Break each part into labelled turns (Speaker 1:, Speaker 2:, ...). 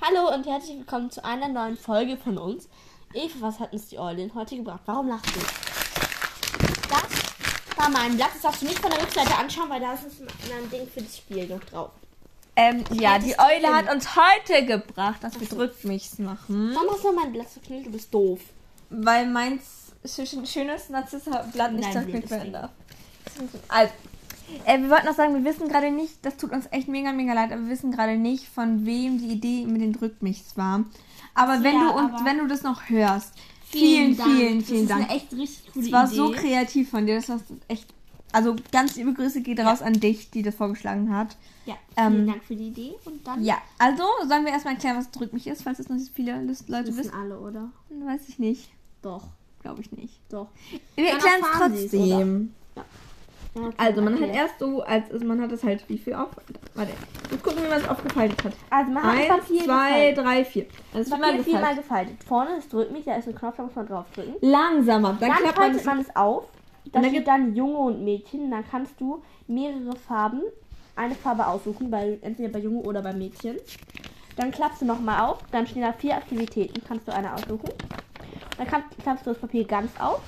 Speaker 1: Hallo und herzlich willkommen zu einer neuen Folge von uns. Eva, was hat uns die Eulin heute gebracht? Warum lachst du? Das war mein Blatt. Das darfst du nicht von der Rückseite anschauen, weil da ist ein Ding für das Spiel noch drauf.
Speaker 2: Ähm, ja,
Speaker 1: Hättest
Speaker 2: die
Speaker 1: du
Speaker 2: Eule
Speaker 1: können.
Speaker 2: hat uns heute gebracht. Das bedrückt mich noch. Hm?
Speaker 1: Warum hast du mein Blatt verknüllt? Du bist doof.
Speaker 2: Weil meins sch- schönes Narzissablatt nicht
Speaker 1: Nein,
Speaker 2: verknüpft
Speaker 1: blödes
Speaker 2: werden
Speaker 1: Ding.
Speaker 2: darf. Also, äh, wir wollten noch sagen, wir wissen gerade nicht, das tut uns echt mega, mega leid, aber wir wissen gerade nicht, von wem die Idee mit den Drückmichs war. Aber, wenn,
Speaker 1: Ja,
Speaker 2: du uns,
Speaker 1: aber-
Speaker 2: wenn du das noch hörst, vielen, vielen, vielen
Speaker 1: Das ist eine
Speaker 2: Dank.
Speaker 1: echt richtig coole
Speaker 2: Das war
Speaker 1: Idee.
Speaker 2: so kreativ von dir, das war echt. Also ganz liebe Grüße geht raus an dich, die das vorgeschlagen hat.
Speaker 1: Ja,
Speaker 2: Ähm,
Speaker 1: vielen Dank für die Idee. Und dann
Speaker 2: Ja, also sollen wir erstmal erklären, was Drückmich ist, falls es noch nicht viele Lust- Leute
Speaker 1: wissen
Speaker 2: wissen?
Speaker 1: alle, oder?
Speaker 2: Weiß ich nicht.
Speaker 1: Doch,
Speaker 2: Glaube ich nicht.
Speaker 1: doch.
Speaker 2: Wir
Speaker 1: Dann
Speaker 2: erklären es
Speaker 1: erfahren Sie's,
Speaker 2: trotzdem.
Speaker 1: Ja, okay,
Speaker 2: Also man hat
Speaker 1: erklärt.
Speaker 2: erst so, als also man hat das halt wie viel auf. Warte, ich gucke, wie man es aufgefaltet hat.
Speaker 1: Also man hat
Speaker 2: Eins,
Speaker 1: Papier
Speaker 2: zwei, drei, vier. Also viermal
Speaker 1: Papier viermal
Speaker 2: gefaltet.
Speaker 1: gefaltet. Vorne ist drückt mich, da ist ein Knopf, da muss man draufdrücken.
Speaker 2: Langsamer. Dann,
Speaker 1: Dann
Speaker 2: klappt man
Speaker 1: faltet
Speaker 2: das.
Speaker 1: man es auf. Da
Speaker 2: Und dann
Speaker 1: steht
Speaker 2: gibt-
Speaker 1: dann Junge und Mädchen. Dann kannst du mehrere Farben, eine Farbe aussuchen, bei, entweder bei Junge oder bei Mädchen. Dann klappst du nochmal auf. Dann stehen da vier Aktivitäten. Kannst du eine aussuchen. Dann kann, klappst du das Papier ganz auf.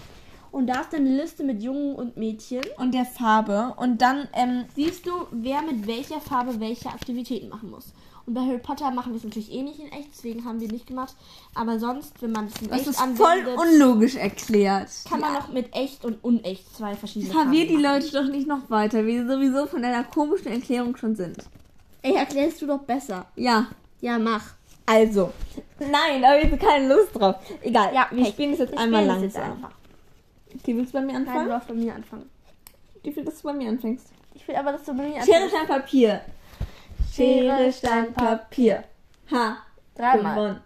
Speaker 1: Und da ist dann eine Liste mit Jungen und Mädchen.
Speaker 2: Und der Farbe. Und dann, ähm,
Speaker 1: Siehst du, wer mit welcher Farbe welche Aktivitäten machen muss. Und bei Harry Potter machen wir es natürlich eh nicht in echt, deswegen haben wir nicht gemacht. Aber sonst, wenn man es in
Speaker 2: das
Speaker 1: echt
Speaker 2: ist voll
Speaker 1: anwendet,
Speaker 2: unlogisch erklärt.
Speaker 1: kann man noch mit echt und unecht zwei verschiedene
Speaker 2: Verwirrt die
Speaker 1: machen.
Speaker 2: Leute doch nicht noch weiter, wie sie sowieso von einer komischen Erklärung schon sind.
Speaker 1: Ey, erklärst du doch besser.
Speaker 2: Ja,
Speaker 1: Ja, mach.
Speaker 2: also. Nein, aber ich habe keine Lust drauf. Egal,
Speaker 1: Ja,
Speaker 2: wir
Speaker 1: hey,
Speaker 2: spielen es jetzt
Speaker 1: wir
Speaker 2: einmal
Speaker 1: spielen es jetzt
Speaker 2: langsam.
Speaker 1: einfach.
Speaker 2: Okay, willst du bei mir
Speaker 1: Nein, du
Speaker 2: anfangen?
Speaker 1: darfst bei mir anfangen.
Speaker 2: Ich will, dass du bei mir anfängst.
Speaker 1: Ich will aber, dass du bei mir
Speaker 2: Schere,
Speaker 1: anfängst.
Speaker 2: Stein, Papier. Schere, Stein, Papier. Ha,
Speaker 1: Dreimal.
Speaker 2: gewonnen.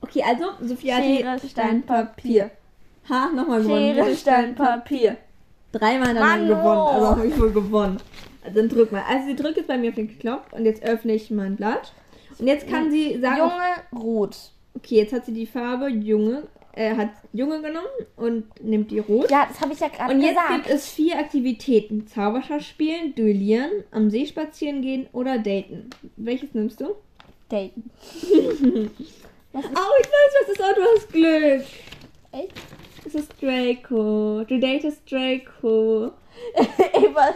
Speaker 2: Okay, also, Sophia hat
Speaker 1: Schere,
Speaker 2: die-
Speaker 1: Stein, Papier.
Speaker 2: Ha, nochmal gewonnen.
Speaker 1: Schere, Stein, Papier.
Speaker 2: Dreimal dann
Speaker 1: Mann,
Speaker 2: gewonnen.
Speaker 1: oh.
Speaker 2: Also habe ich wohl gewonnen. Also dann drück mal. Also sie drückt jetzt bei mir auf den Knopf und jetzt öffne ich mein Blatt. Und jetzt kann sie sagen,
Speaker 1: Junge, rot.
Speaker 2: okay, jetzt hat sie die Farbe Junge, äh, hat Junge genommen und nimmt die rot.
Speaker 1: Ja, das habe ich ja gerade
Speaker 2: Und jetzt
Speaker 1: gesagt.
Speaker 2: gibt es vier Aktivitäten. Zauberschach spielen, duellieren, am See spazieren gehen oder daten. Welches nimmst du? Oh,
Speaker 1: Daten.
Speaker 2: ich weiß, was das Auto hast Glück.
Speaker 1: Echt?
Speaker 2: Es ist Draco. Du datest Draco.
Speaker 1: Eva,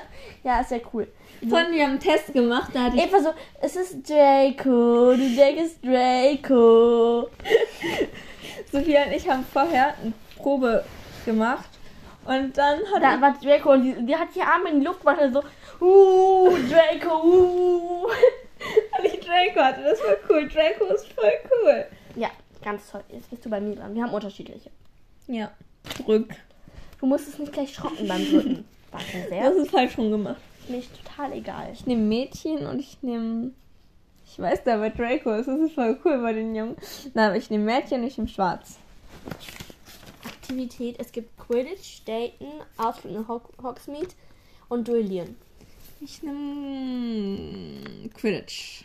Speaker 1: ja, ist ja cool.
Speaker 2: Von wir haben einen Test gemacht, da hatte ich
Speaker 1: Eva so, es ist Draco, du denkst Draco.
Speaker 2: Sophia und ich haben vorher eine Probe gemacht und dann hat
Speaker 1: Da war Draco und die, die hat die Arme in die Luft gemacht und so, uh, Draco, uh.
Speaker 2: ich, und ich Draco hatte. Das war cool. Draco ist voll cool.
Speaker 1: Ja, ganz toll. Jetzt bist du bei mir dran. Wir haben unterschiedliche.
Speaker 2: Ja, drück.
Speaker 1: Du musst es nicht gleich schrocken beim Drücken. Warte sehr.
Speaker 2: Das ist falsch rum gemacht.
Speaker 1: Mir ist total egal.
Speaker 2: Ich nehme Mädchen und ich nehme. Ich weiß da, bei Draco ist das ist voll cool bei den Jungen. Nein, aber ich nehme Mädchen und ich nehme Schwarz.
Speaker 1: Aktivität, es gibt Quidditch, Daten, Ausflug nach Hog Hogsmeade und Duellieren.
Speaker 2: Ich nehme Quidditch.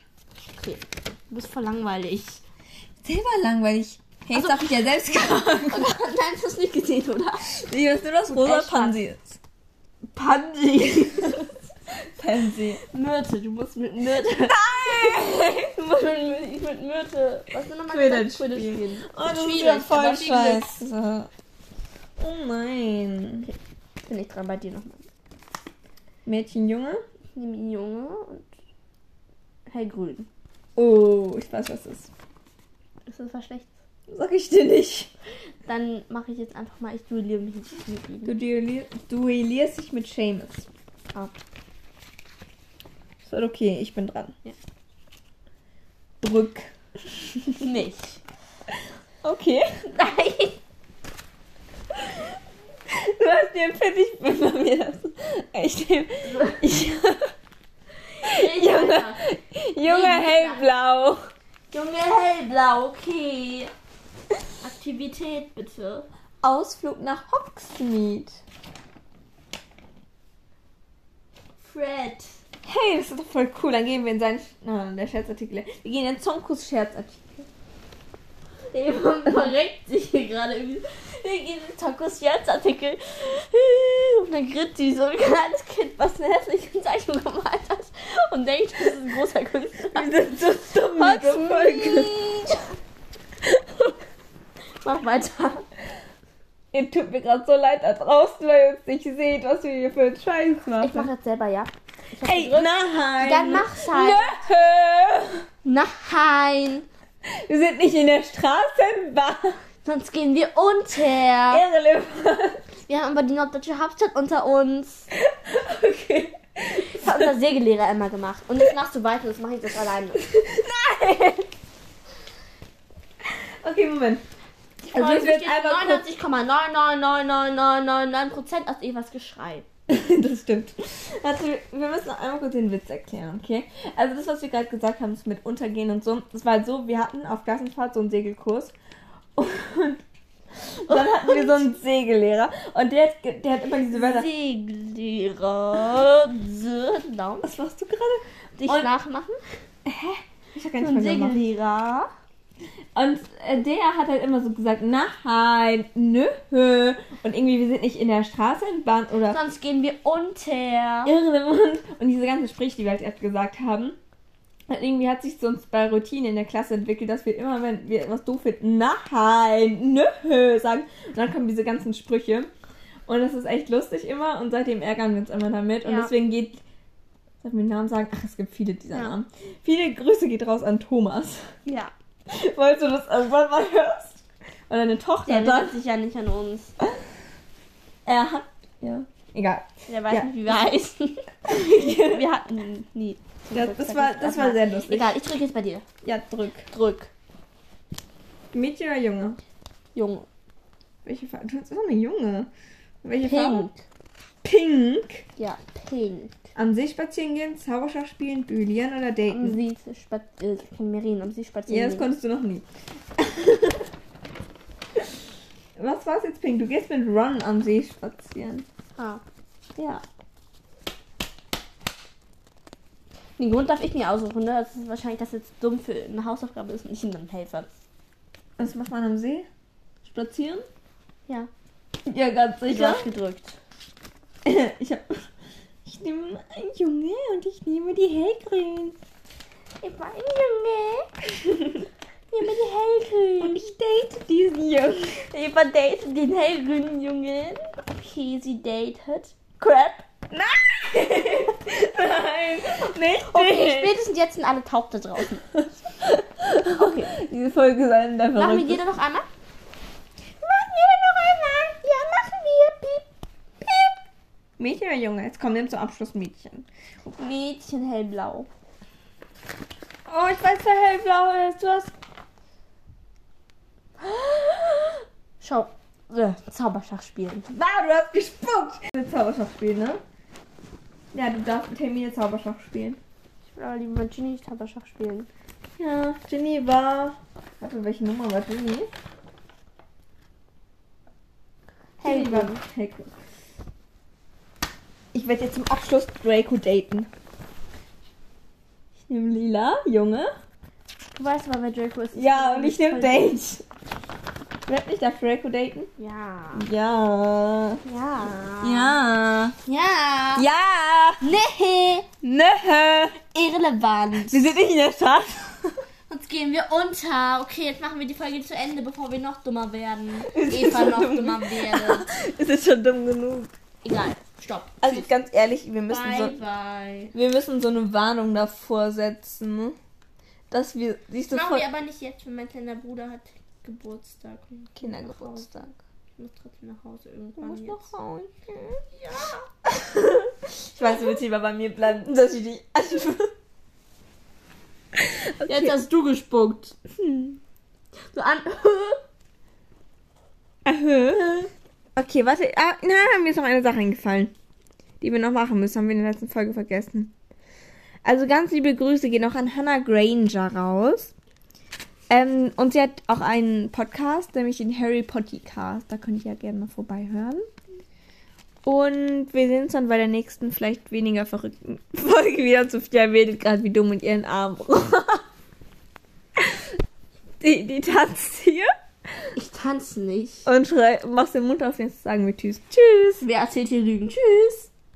Speaker 1: Okay, du bist voll langweilig.
Speaker 2: Selber langweilig. Hey, jetzt darf ich ja selbst sagen.
Speaker 1: Nein, das hast du nicht gesehen, oder?
Speaker 2: Ich weiß nur, dass rosa
Speaker 1: echt,
Speaker 2: Pansy ist. Pansy. Pansy.
Speaker 1: Myrte, du musst mit Myrte. Du musst mit, Myr- ich mit Myrte. Was ist denn nochmal
Speaker 2: Quidditch
Speaker 1: gesagt? Quidditch
Speaker 2: spielen.
Speaker 1: spielen.
Speaker 2: Oh, das ist
Speaker 1: Schwierig,
Speaker 2: ja voll
Speaker 1: aber viel Glück.
Speaker 2: scheiße. Oh nein.
Speaker 1: Bin ich dran bei dir nochmal.
Speaker 2: Mädchen, Junge?
Speaker 1: Ich nehme ihn Junge und hellgrün.
Speaker 2: Oh, ich weiß, was das ist.
Speaker 1: Ist das was Schlechtes?
Speaker 2: Sag ich dir nicht.
Speaker 1: Dann mache ich jetzt einfach mal, ich duelliere mich jetzt mit ihm.
Speaker 2: Du duellier duellierst dich mit Seamus.
Speaker 1: Ah.
Speaker 2: Ist halt okay, ich bin dran.
Speaker 1: Ja.
Speaker 2: Drück.
Speaker 1: Nicht.
Speaker 2: Okay.
Speaker 1: Nein.
Speaker 2: Du hast mir Pfiff, ich bin bei mir das. Ich nehm, ich, Junge, Junge
Speaker 1: Nee,
Speaker 2: hellblau.
Speaker 1: Junge, hellblau, okay. Aktivität bitte.
Speaker 2: Ausflug nach Hogsmeade.
Speaker 1: Fred.
Speaker 2: Hey, das ist doch voll cool. Dann gehen wir in seinen. Ah, der Scherzartikel. Wir gehen in Zonkus Scherzartikel.
Speaker 1: Eva verreckt sich hier gerade irgendwie. Wir gehen in Tokos Scherzartikel. Und dann grinst sie so ein kleines Kind, was eine hässliche Zeichnung gemalt hat. Und denkt, das ist ein großer Künstler.
Speaker 2: Wir sind so dumm. diese Folge.
Speaker 1: Mach weiter.
Speaker 2: Ihr tut mir gerade so leid da draußen, weil ihr uns nicht seht, was wir hier für einen Scheiß machen.
Speaker 1: Ich mache jetzt selber, ja.
Speaker 2: Ey, nein!
Speaker 1: Dann mach's halt.
Speaker 2: Nö!
Speaker 1: Nein.
Speaker 2: Wir sind nicht in der Straßenbahn.
Speaker 1: Sonst gehen wir unter.
Speaker 2: Irrelevant.
Speaker 1: Wir haben aber die norddeutsche Hauptstadt unter uns.
Speaker 2: Okay.
Speaker 1: Das hat unser Sägelehrer immer gemacht. Und das machst du weiter, das mache ich das alleine.
Speaker 2: Okay, Moment.
Speaker 1: Also
Speaker 2: Also
Speaker 1: es
Speaker 2: ich
Speaker 1: wird
Speaker 2: werd einfach kurz-
Speaker 1: 99,9999999% aus Evas Geschrei.
Speaker 2: das stimmt. Also, wir müssen noch einmal kurz den Witz erklären, okay? Also das, was wir gerade gesagt haben, ist mit Untergehen und so. Das war halt so, wir hatten auf Klassenfahrt so einen Segelkurs und dann hatten wir so einen Segellehrer und der hat, ge- der hat immer diese Wörter.
Speaker 1: Segelehrer. Genau.
Speaker 2: Was machst du gerade?
Speaker 1: Dich
Speaker 2: Und-
Speaker 1: nachmachen.
Speaker 2: Ich hab gar nicht
Speaker 1: Und
Speaker 2: mehr gemacht.
Speaker 1: Segellehrer.
Speaker 2: Und äh, der hat halt immer so gesagt, nein, nö. Und irgendwie, wir sind nicht in der Straßenbahn oder
Speaker 1: Sonst gehen wir unter.
Speaker 2: irrelevant. Und diese ganzen Sprüche, die wir halt erst gesagt haben. Und irgendwie hat sich so uns bei Routine in der Klasse entwickelt, dass wir immer, wenn wir etwas doof finden, nein, nö, sagen. Und dann kommen diese ganzen Sprüche. Und das ist echt lustig immer. Und seitdem ärgern wir uns immer damit. Und
Speaker 1: Ja.
Speaker 2: deswegen geht. Darf ich den Namen sagen? Ach, es gibt viele dieser
Speaker 1: Ja.
Speaker 2: Namen. Viele Grüße geht raus an Thomas.
Speaker 1: Ja.
Speaker 2: Falls du das irgendwann mal hörst. Oder deine Tochter
Speaker 1: Der
Speaker 2: dann.
Speaker 1: erinnert sich ja nicht an uns.
Speaker 2: Er hat. Ja. Egal.
Speaker 1: Der weiß
Speaker 2: Ja.
Speaker 1: nicht, wie wir heißen. wir hatten nie.
Speaker 2: Das, das, war, das war sehr lustig.
Speaker 1: Egal, ich drücke jetzt bei dir.
Speaker 2: Ja, drück.
Speaker 1: Drück.
Speaker 2: Mädchen oder Junge?
Speaker 1: Junge.
Speaker 2: Welche Farbe? Du hast immer eine Junge. Welche Farbe?
Speaker 1: Pink.
Speaker 2: Pink.
Speaker 1: Ja, pink.
Speaker 2: Am See spazieren gehen, Zauberschach spielen, Duellieren oder
Speaker 1: Am
Speaker 2: daten?
Speaker 1: See spazieren. Äh, Merin, am See spazieren.
Speaker 2: Ja, das
Speaker 1: gehen.
Speaker 2: konntest du noch nie. Was war's jetzt, Pink? Du gehst mit Ron am See spazieren.
Speaker 1: ah.
Speaker 2: Ja.
Speaker 1: Den Grund darf ich mir aussuchen, ne? Das ist wahrscheinlich, dass jetzt dumm für eine Hausaufgabe ist und ich ihm dann helfe.
Speaker 2: Was macht man am See? Spazieren?
Speaker 1: Ja.
Speaker 2: Ja, ganz
Speaker 1: Ich
Speaker 2: sicher.
Speaker 1: hab's gedrückt.
Speaker 2: Ich hab. Ich nehme ein Junge und ich nehme die hellgrün.
Speaker 1: Ich war ein Junge. Nimm mir die hellgrün.
Speaker 2: Und ich date diesen Jungen.
Speaker 1: Eva datet den hellgrünen Jungen. Okay, sie datet. Crap.
Speaker 2: Nein, nicht
Speaker 1: Okay,
Speaker 2: dich.
Speaker 1: spätestens jetzt sind alle taub da draußen. Okay.
Speaker 2: Diese Folge sein einfach.
Speaker 1: Machen wir jeder noch einmal? Machen wir noch einmal? Ja, machen wir. Piep.
Speaker 2: Mädchen oder Junge? Jetzt kommen wir zum Abschluss Mädchen.
Speaker 1: Mädchen hellblau.
Speaker 2: Oh, ich weiß, wer hellblau ist. Du hast.
Speaker 1: Schau. Äh, Zauberschach spielen.
Speaker 2: Wow, du hast gespuckt. Mit Zauberschach spielen, ne? Ja, du darfst Termine Zauberschach spielen.
Speaker 1: Ich will aber lieber mit Ginny nicht Zauberschach spielen.
Speaker 2: Ja, Ginny war. Warte, welche Nummer war Ginny? Ginny war
Speaker 1: Hellgrün.
Speaker 2: Draco. Ich werde jetzt zum Abschluss Draco daten. Ich nehme Lila, Junge.
Speaker 1: Du weißt aber, wer Draco ist.
Speaker 2: Ja, und ich nehme
Speaker 1: Voll-
Speaker 2: Date. Bleib nicht auf Draco daten?
Speaker 1: Ja.
Speaker 2: Ja.
Speaker 1: Ja.
Speaker 2: Ja.
Speaker 1: Ja.
Speaker 2: Ja.
Speaker 1: Nee.
Speaker 2: Nö.
Speaker 1: Irrelevant.
Speaker 2: Wir sind nicht in der Stadt.
Speaker 1: Sonst gehen wir unter. Okay, jetzt machen wir die Folge zu Ende, bevor wir noch dümmer werden.
Speaker 2: Wir sind
Speaker 1: Eva
Speaker 2: so
Speaker 1: noch
Speaker 2: dumm.
Speaker 1: dümmer wird.
Speaker 2: es ist schon dumm genug.
Speaker 1: Egal. Stopp.
Speaker 2: Also ganz ehrlich, wir müssen,
Speaker 1: Bye,
Speaker 2: so,
Speaker 1: bye.
Speaker 2: wir müssen so eine Warnung davor setzen, ne? dass wir siehst du
Speaker 1: Das machen
Speaker 2: voll
Speaker 1: wir aber nicht jetzt, weil mein kleiner Bruder hat Geburtstag. Und
Speaker 2: Kindergeburtstag.
Speaker 1: Ich muss trotzdem nach Hause
Speaker 2: Du
Speaker 1: irgendwann.
Speaker 2: musst
Speaker 1: jetzt.
Speaker 2: noch hauen.
Speaker 1: Ja.
Speaker 2: Ich weiß, du willst lieber bei mir bleiben, dass ich dich anführe.
Speaker 1: Jetzt hast du gespuckt. So an.
Speaker 2: Okay, warte. Ah, na, mir ist noch eine Sache eingefallen, die wir noch machen müssen. Haben wir in der letzten Folge vergessen. Also ganz liebe Grüße gehen auch an Hannah Granger raus. Ähm, und sie hat auch einen Podcast, nämlich den Harry Pottycast. Da könnt ihr ja gerne mal vorbeihören. Und wir sehen uns dann bei der nächsten, vielleicht weniger verrückten Folge wieder. Sophia redet gerade wie dumm mit ihren Armen. die, die tanzt hier.
Speaker 1: Ich tanze nicht.
Speaker 2: Und schrei, machst den Mund auf, jetzt sagen wir Tschüss. Tschüss.
Speaker 1: Wer erzählt hier Lügen? Tschüss.